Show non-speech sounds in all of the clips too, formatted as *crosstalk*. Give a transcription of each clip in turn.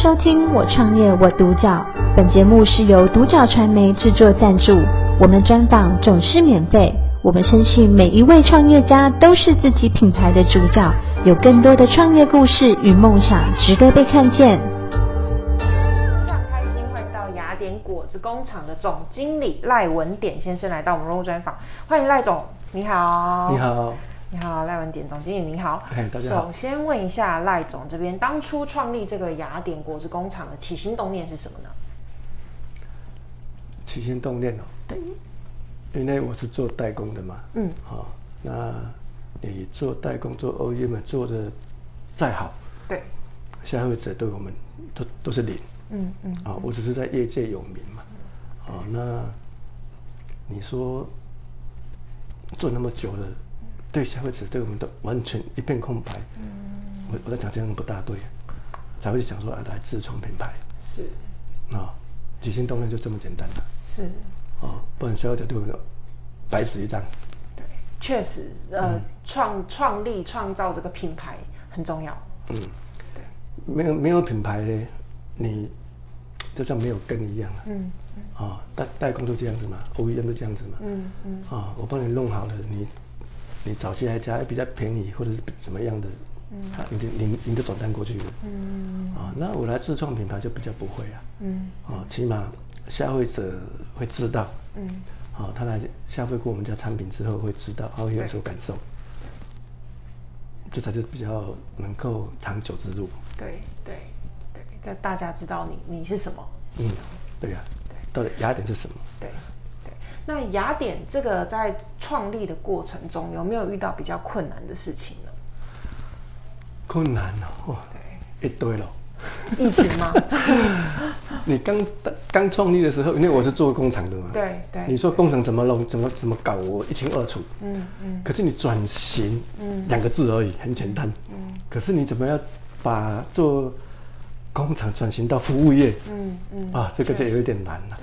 收听《我创业我独角》，本节目是由独角传媒制作赞助，我们专访总是免费。我们深信每一位创业家都是自己品牌的主角，有更多的创业故事与梦想值得被看见。非常开心欢迎到雅典果子工厂的总经理赖文典先生来到我们肉专访，欢迎赖总，你好。你。好，你好，赖文典总经理，你好。嗨大家好首先问一下赖总这边，当初创立这个雅典果子工厂的起心动念是什么呢？起心动念哦，对，因为我是做代工的嘛，嗯好、那你做代工做 OEM 做的再好，对，消费者对我们都都是零，嗯嗯啊、我只是在业界有名嘛，好、那你说做那么久了，对消费者对我们都完全一片空白，嗯我我在想这样不大对，才会想说啊来自创品牌，是啊、起心动念就这么简单了。是，哦，不然消费者对我们白纸一张。对，确实，嗯呃，创创立创造这个品牌很重要。嗯，没有没有品牌呢，你就像没有根一样啊。嗯啊、代代工都这样子嘛，OEM 都这样子嘛。嗯嗯啊、我帮你弄好了，你你找其他家比较便宜或者是怎么样的，嗯，他你就你你就转单过去了。嗯啊、那我来自创品牌就比较不会啊。嗯啊、起码消费者会知道。嗯好、他来消费过我们家产品之后会知道，他会有所感受，这才是比较能够长久之路。对对对，这大家知道你你是什么，这嗯样子，对呀、到底雅典是什么？对对。那雅典这个在创立的过程中，有没有遇到比较困难的事情呢？困难哦，哇一堆了。疫情 *laughs* 吗？你刚刚创立的时候，因为我是做工厂的嘛，对对你说工厂怎么弄，怎么怎么搞，我一清二楚。嗯嗯可是你转型，嗯两个字而已，很简单。嗯可是你怎么样把做工厂转型到服务业？嗯嗯啊，这个就确实有一点难了。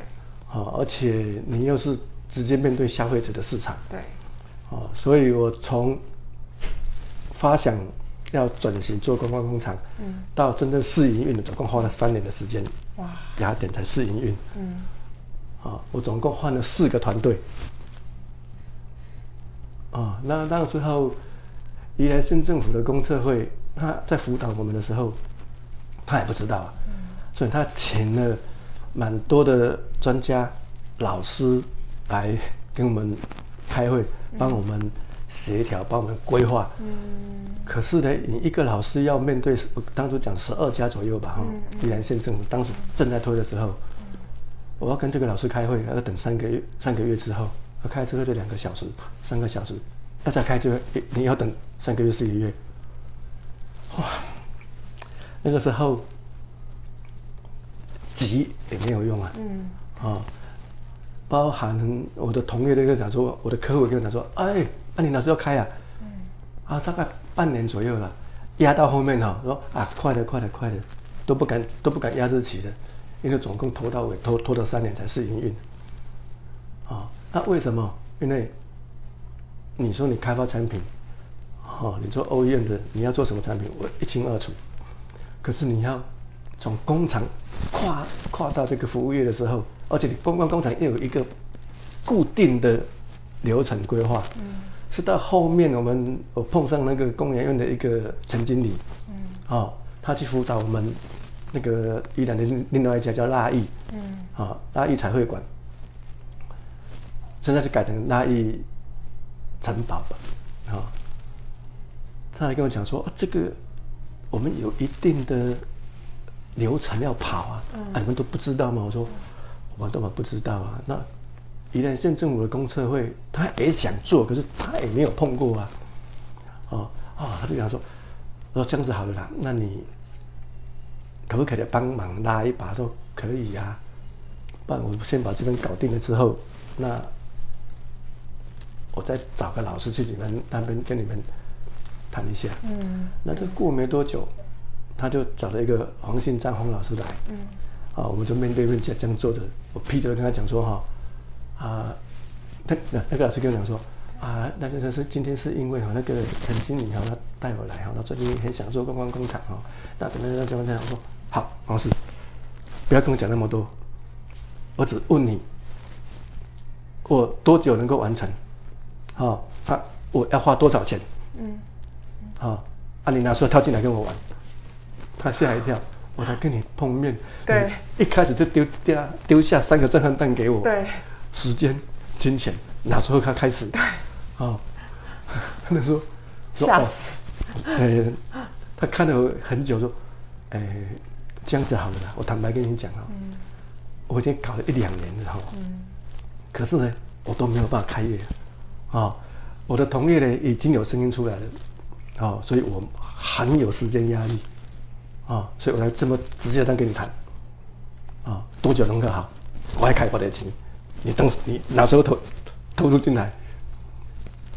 啊，而且你又是直接面对消费者的市场。对，哦，所以我从发想要转型做观光工厂，嗯到真正试营运，总共花了三年的时间。哇雅典才试营运。嗯啊，我总共换了四个团队。啊，那那时候宜兰县政府的公测会，他在辅导我们的时候，他也不知道啊，所以他请了蛮多的专家、老师来跟我们开会，帮我们协调，帮我们规划。嗯可是呢，你一个老师要面对我当初讲十二家左右吧，哈、嗯嗯宜兰县政府当时正在推的时候，我要跟这个老师开会，要等三个月，三个月之后，要开一次会就两个小时，三个小时，要再开一次会，你你要等三个月四个月，哇，那个时候急也没有用啊，嗯啊、包含我的同业都跟我讲说，我的客户也跟我讲说，哎，半年老师要开啊，嗯啊，大概半年左右了，压到后面哈、说啊，快了，快了，快了，都不敢都不敢压日期了，因为总共拖到尾，拖拖到三年才试营运。啊、那为什么？因为你说你开发产品，哦，你做 OEM 的，你要做什么产品，我一清二楚。可是你要从工厂跨跨到这个服务业的时候，而且你观光工厂又有一个固定的流程规划，嗯是到后面我们我碰上那个工研院的一个陈经理，嗯哦，他去辅导我们那个宜兰的另另外一家叫辣艺，嗯啊、辣艺彩绘馆，现在是改成那一城堡吧，啊、他还跟我讲说、啊，这个我们有一定的流程要跑啊，啊你们都不知道吗？我说我们都不知道啊。那宜兰县政府的公测会，他也想做，可是他也没有碰过啊。哦哦，他就讲说，我说这样子好了啦，那你可不可以帮忙拉一把？说可以啊，不然我先把这边搞定了之后，那我再找个老师去你们那边跟你们谈一下。嗯，那就过没多久，他就找了一个黄信章黄老师来。嗯，啊，我们就面对面这样这样坐着，我劈头跟他讲说哈，啊，那那那个老师跟我讲说。啊，那个是今天是因为哈、那个陈经理哈、他带我来哈、他最近很想做观光工厂哈、那怎么样怎么样？我说好，老师，不要跟我讲那么多，我只问你，我多久能够完成？好、哦，啊，我要花多少钱？嗯，好、哦，啊，你那时候跳进来跟我玩，他吓一跳，我才跟你碰面，对你一开始就丢掉丢下三个震撼弹给我，对时间、金钱，哪时候他开始？对，哦，那时候说吓哦死呃，他看了我很久说，哎、这样子好了啦，我坦白跟你讲哦，嗯我已经搞了一两年了哦，嗯可是呢，我都没有办法开业啊、哦我的同业呢已经有声音出来了，哦，所以我很有时间压力啊、哦所以我才这么直接的跟你谈啊、哦多久能够好？我还开不得起，你等你哪时候投投入进来，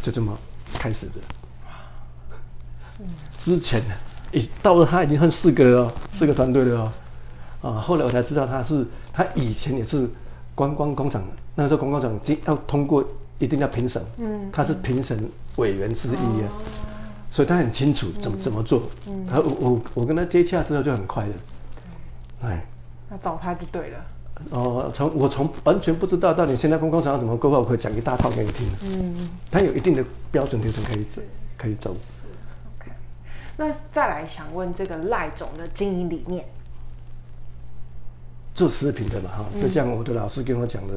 就这么开始的。是啊之前已到了他已经恨四个了、哦，四个团队了哦。啊，后来我才知道他是他以前也是观光工厂，那时候观光工厂经要通过一定要评审，嗯他是评审委员之一啊，哦所以他很清楚怎么、怎么做。嗯他我我我跟他接洽之后就很快的，哎，那找他就对了，哦，从我从完全不知道到你现在观光工厂要怎么规划，我可以讲一大套给你听。嗯，他有一定的标准流程可以可以走。 OK 那再来想问这个赖总的经营理念，做食品的嘛哈，嗯就像我的老师跟我讲的，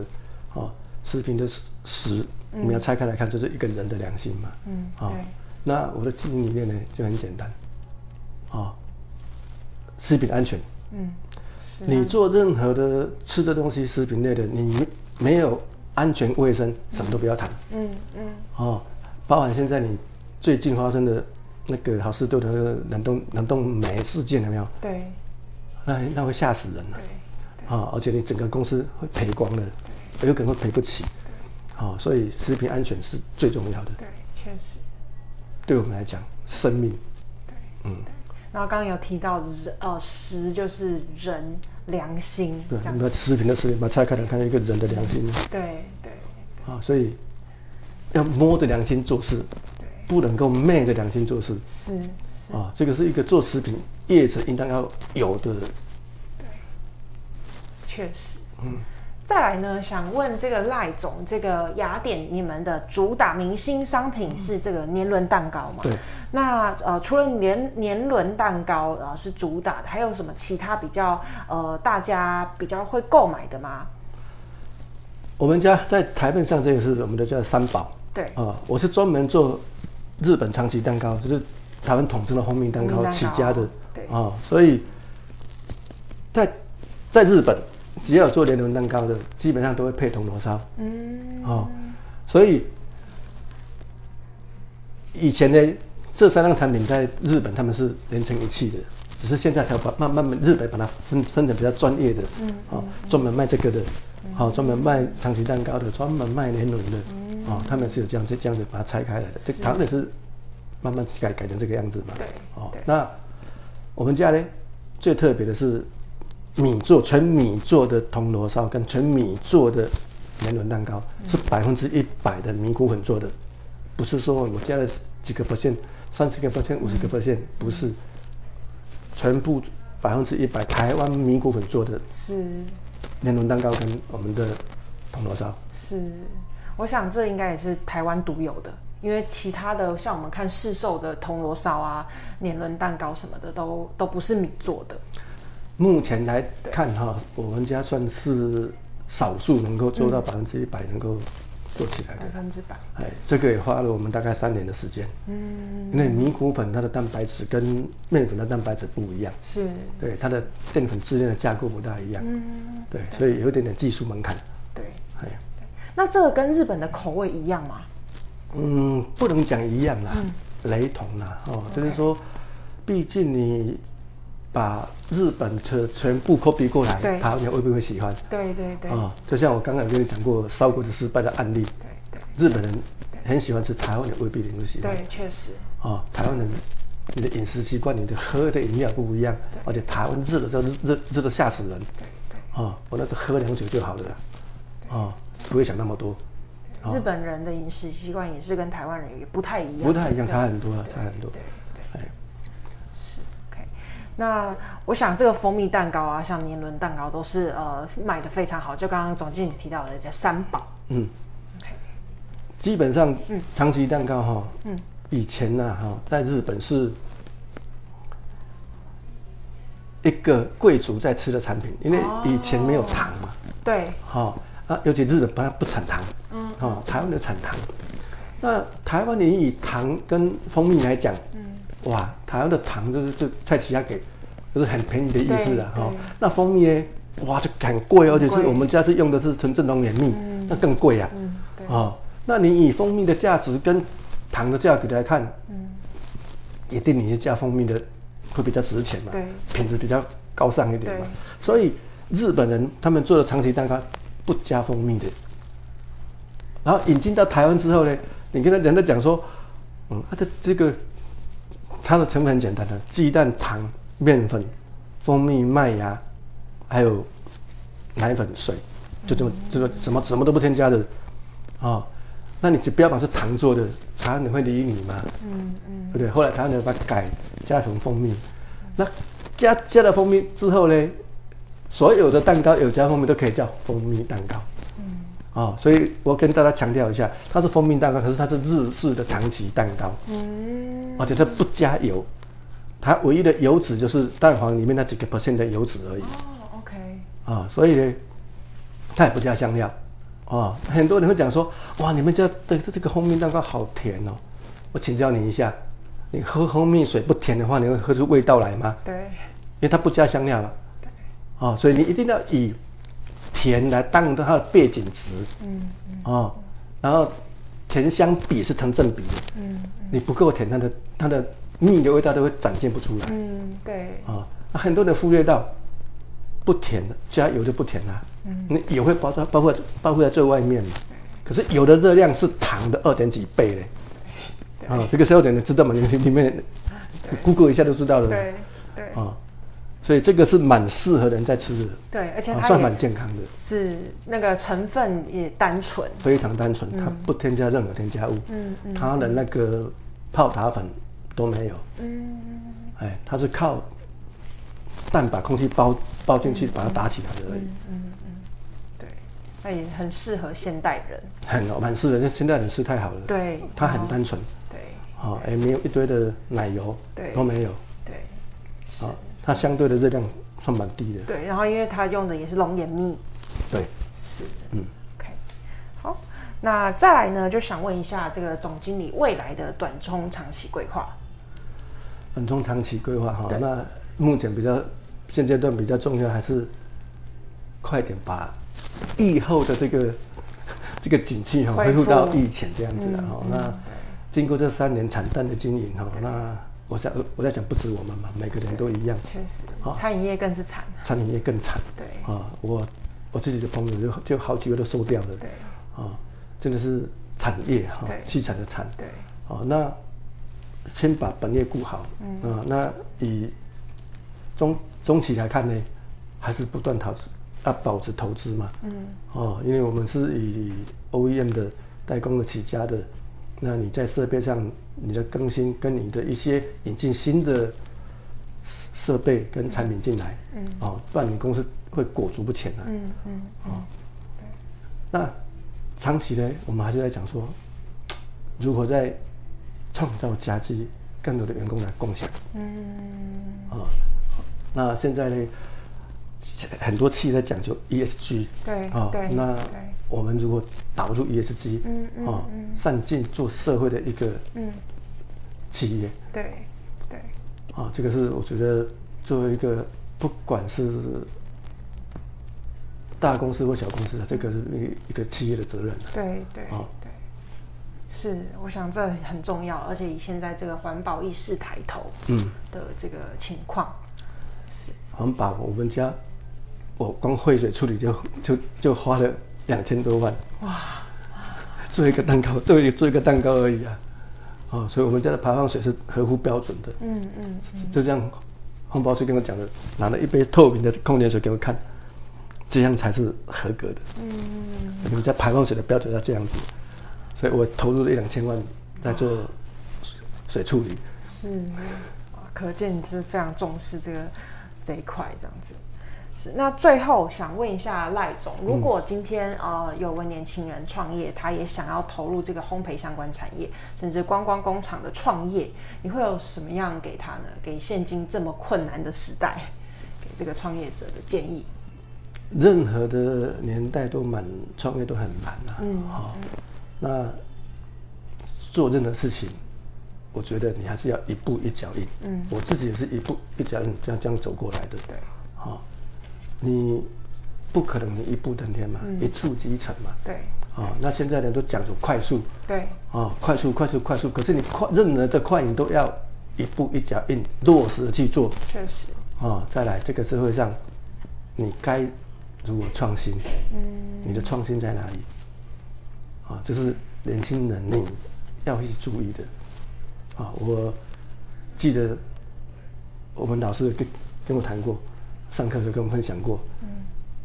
哈、食品的食食，嗯我们要拆开来看，就是一个人的良心嘛，嗯啊、对那我的经营理念呢就很简单，啊、食品安全，嗯，是你做任何的吃的东西，食品类的，你没没有安全卫生，什么都不要谈，嗯嗯哦，包含现在你最近发生的那个好事多的那个冷冻冷冻酶事件有没有？对那那会吓死人了对。啊、而且你整个公司会赔光的，有可能会赔不起。啊、所以食品安全是最重要的。对，确实对我们来讲，生命，对。嗯，然后刚刚有提到人呃食就是人良心对这，样那子，食品的食品，把它拆开来看，一个人的良心。对对啊、所以要摸着良心做事，对不能够昧着良心做事。是是，啊、这个是一个做食品业者应当要有的，对，确实。嗯，再来呢，想问这个赖总，这个雅典你们的主打明星商品是这个年轮蛋糕嘛？对那呃，除了年年轮蛋糕呃是主打的，还有什么其他比较呃大家比较会购买的吗？我们家在台面上这个是我们的叫三宝，对啊、我是专门做日本长崎蛋糕，就是台湾统称的烘焙蛋烘糕焙蛋糕起家的，对啊、所以在在日本，只要有做莲蓉蛋糕的，基本上都会配铜锣烧，嗯，哦，所以以前呢，这三样产品在日本他们是连成一气的，只是现在才把慢慢慢日本把它分分成比较专业的，嗯哦，专门卖这个的，好、专门卖长崎蛋糕的，专门卖年轮的，嗯哦，他们是有这样子这样子把它拆开来的，这糖也是慢慢改改成这个样子嘛，对哦对，那我们家呢最特别的是米做纯米做的铜锣烧跟纯米做的年轮蛋糕是百分之一百的米谷粉做的，不是说我加了几个 percent、三十个 percent、五十个 percent，不是，全部百分之一百台湾米谷粉做的是年轮蛋糕跟我们的铜锣烧。是，我想这应该也是台湾独有的，因为其他的像我们看市售的铜锣烧啊、年轮蛋糕什么的都都不是米做的。目前来看哈，我们家算是少数能够做到嗯百分之一百能够做起来的。 100%哎，这个也花了我们大概三年的时间。嗯因为米谷粉它的蛋白质跟面粉的蛋白质不一样，是对它的淀粉质量的架构不大一样。嗯对，所以有一点点技术门槛。对。哎，那这个跟日本的口味一样吗？嗯，不能讲一样啦，嗯雷同啦，哦，就是说，毕竟你把日本的全部 copy 过来，对台湾人会不会喜欢？对对对啊、就像我刚刚跟你讲过烧锅的失败的案例，对日本人很喜欢吃，台湾人未必能够喜欢。对，确实。哦，台湾人你的饮食习惯、你的喝的饮料不一样，而且台湾热的时候热热的吓死人。哦，我那时候喝凉酒就好了啦，哦，不会想那么多。哦日本人的饮食习惯也是跟台湾人也不太一样，不太一样，对差很多啊，对差很多对对。哎，是 OK。那我想这个蜂蜜蛋糕啊，像年轮蛋糕都是呃卖的非常好，就刚刚总经理提到的这三宝。嗯， OK，基本上嗯长崎蛋糕哈、嗯以前呢、哈，在日本是一个贵族在吃的产品，因为哦以前没有糖嘛，对，哈、啊，尤其日本它不产糖，嗯哈、台湾有产糖。那台湾你以糖跟蜂蜜来讲，嗯哇，台湾的糖就是这蔡奇亚给，就是很便宜的意思了对哈、对那蜂蜜呢，哇，就很贵哦，而很且贵是我们家是用的是纯正龙眼蜜，嗯那更贵啊。嗯对哦，那你以蜂蜜的价值跟糖的价格来看，嗯，一定你是加蜂蜜的会比较值钱嘛，对品质比较高尚一点嘛对。所以日本人他们做的长崎蛋糕不加蜂蜜的，然后引进到台湾之后呢，你跟他人家讲说，嗯，它的这个它的成分很简单的，鸡蛋、糖、面粉、蜂蜜、麦芽，还有奶粉、水，就这么这个什么什么都不添加的，哦，那你只不要把是糖做的，台湾人会理你吗？嗯嗯对不对？后来台湾人把它改加成蜂蜜，那加加了蜂蜜之后呢，所有的蛋糕有加蜂蜜都可以叫蜂蜜蛋糕。嗯哦，所以我跟大家强调一下，它是蜂蜜蛋糕，可是它是日式的长崎蛋糕，嗯而且它不加油，它唯一的油脂就是蛋黄里面那几个 percent 的油脂而已。哦，OK，啊，所以呢，它也不加香料。啊，很多人会讲说，哇，你们家的这个蜂蜜蛋糕好甜哦。我请教你一下，你喝蜂蜜水不甜的话，你会喝出味道来吗？对，因为它不加香料了。啊，所以你一定要以甜来当它的背景值。嗯嗯啊，然后甜相比是成正比的。嗯嗯你不够甜，它的它的蜜的味道都会展现不出来。嗯，对，啊，那很多人忽略到不甜的，加油就不甜啦、嗯你也会包在包括包括在最外面嘛。可是有的热量是糖的二点几倍嘞。啊，这个时候你们知道吗？你们里面对 Google 一下就知道了。对对啊，所以这个是蛮适合人在吃的。对，而且啊它、算蛮健康的，是那个成分也单纯。非常单纯，它嗯不添加任何添加物。嗯嗯它的那个泡打粉都没有。嗯哎，它是靠蛋把空气包包进去，把它打起来的而已。嗯嗯嗯，对，那也很适合现代人。很哦蛮是的，现在人吃太好了。对它哦很单纯。对哦，哎，没有一堆的奶油，对都没有。对，是，哦，它相对的热量算蛮低的。对，然后因为它用的也是龙眼蜜，对，是，嗯， OK，好，那再来呢，就想问一下这个总经理未来的短中长期规划。很中长期规划哈。那目前比较现阶段比较重要还是快点把疫后的这个 *laughs* 这个景气哈、恢恢复到复疫前这样子的哈、嗯嗯那经过这三年惨淡的经营哈、那我想我在想不止我们嘛，每个人都一样。确实哦，餐饮业更是惨。餐饮业更惨。对啊，我我自己的朋友就就好几个都收掉了。对啊，真的是产业哈对，器材的产。对啊，那先把本业顾好。嗯啊，那以中中期来看呢，还是不断投资啊，保值投资嘛。嗯哦，因为我们是以 OEM 的代工的起家的，那你在设备上你的更新跟你的一些引进新的设备跟产品进来，嗯哦，不然你公司会裹足不前啊。嗯嗯哦，那长期呢，我们还是在讲说，如何在创造价值，更多的员工来共享。嗯，啊、那现在呢，很多企业在讲究 ESG，对啊、对那对我们如果导入 ESG，嗯嗯 E 啊嗯善尽做社会的一个嗯企业，对对，啊、这个是我觉得作为一个不管是大公司或小公司的，这个是一个一个企业的责任啊嗯对对啊对，是，我想这很重要，而且以现在这个环保意识抬头，嗯的这个情况，是，我们把我们家，我光汇水处理就就就花了两千多万，哇，做一个蛋糕，做一做一个蛋糕而已啊，哦，所以我们家的排放水是合乎标准的，嗯嗯嗯就像红包师跟我讲的，拿了一杯透明的矿泉水给我看，这样才是合格的，嗯你们家排放水的标准要这样子，所以我投入了一两千万在做水处理，是，哇可见你是非常重视这个这一块这样子。是，那最后想问一下赖总，如嗯果今天、呃有位年轻人创业，他也想要投入这个烘焙相关产业，甚至观光工厂的创业，你会有什么样给他呢？给现今这么困难的时代，给这个创业者的建议？任何的年代都蛮创业都很难啊。嗯好嗯那做任何事情，我觉得你还是要一步一脚印。嗯我自己也是一步一脚印这样这样走过来的。对好、你不可能一步登天嘛，嗯一蹴即成嘛。对啊、那现在人都讲究快速。对啊、快速，快速，快速。可是你快，任何的快，你都要一步一脚印，落实地去做。确实啊、再来，这个社会上，你该如何创新？嗯你的创新在哪里？啊、这是年轻人你要去注意的。啊、我记得我们老师跟跟我谈过，上课的时候跟我们分享过，嗯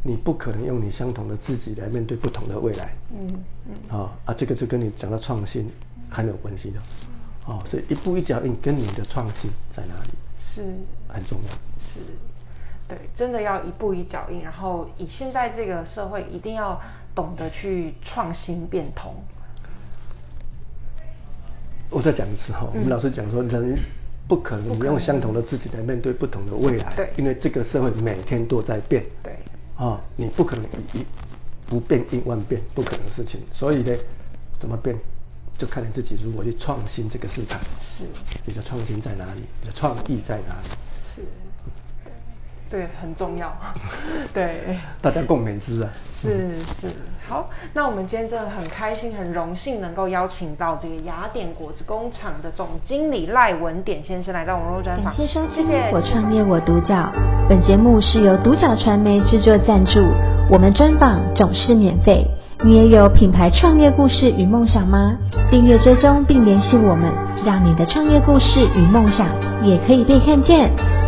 你不可能用你相同的自己来面对不同的未来。嗯嗯啊、啊，这个就跟你讲到创新还没有关系的。哦，所以一步一脚印跟你的创新在哪里是很重要。是，对，真的要一步一脚印，然后以现在这个社会，一定要懂得去创新变通。我再讲一次哈、嗯我们老师讲说，人不可能用相同的自己来面对不同的未来，对因为这个社会每天都在变，对，啊、你不可能以一不变应万变，不可能的事情。所以呢，怎么变，就看你自己如何去创新这个市场，是你的创新在哪里，你的创意在哪里，是，对，这个很重要。 *laughs* 对。大家共勉之啊。是是，好，那我们今天真的很开心，很荣幸能够邀请到这个雅典果子工厂的总经理赖文典先生来到我们的专感访，谢收听谢谢，我谢谢创业我独角》。本节目是由独角传媒制作赞助，我们专访总是免费。你也有品牌创业故事与梦想吗？订阅追踪并联系我们，让你的创业故事与梦想也可以被看见。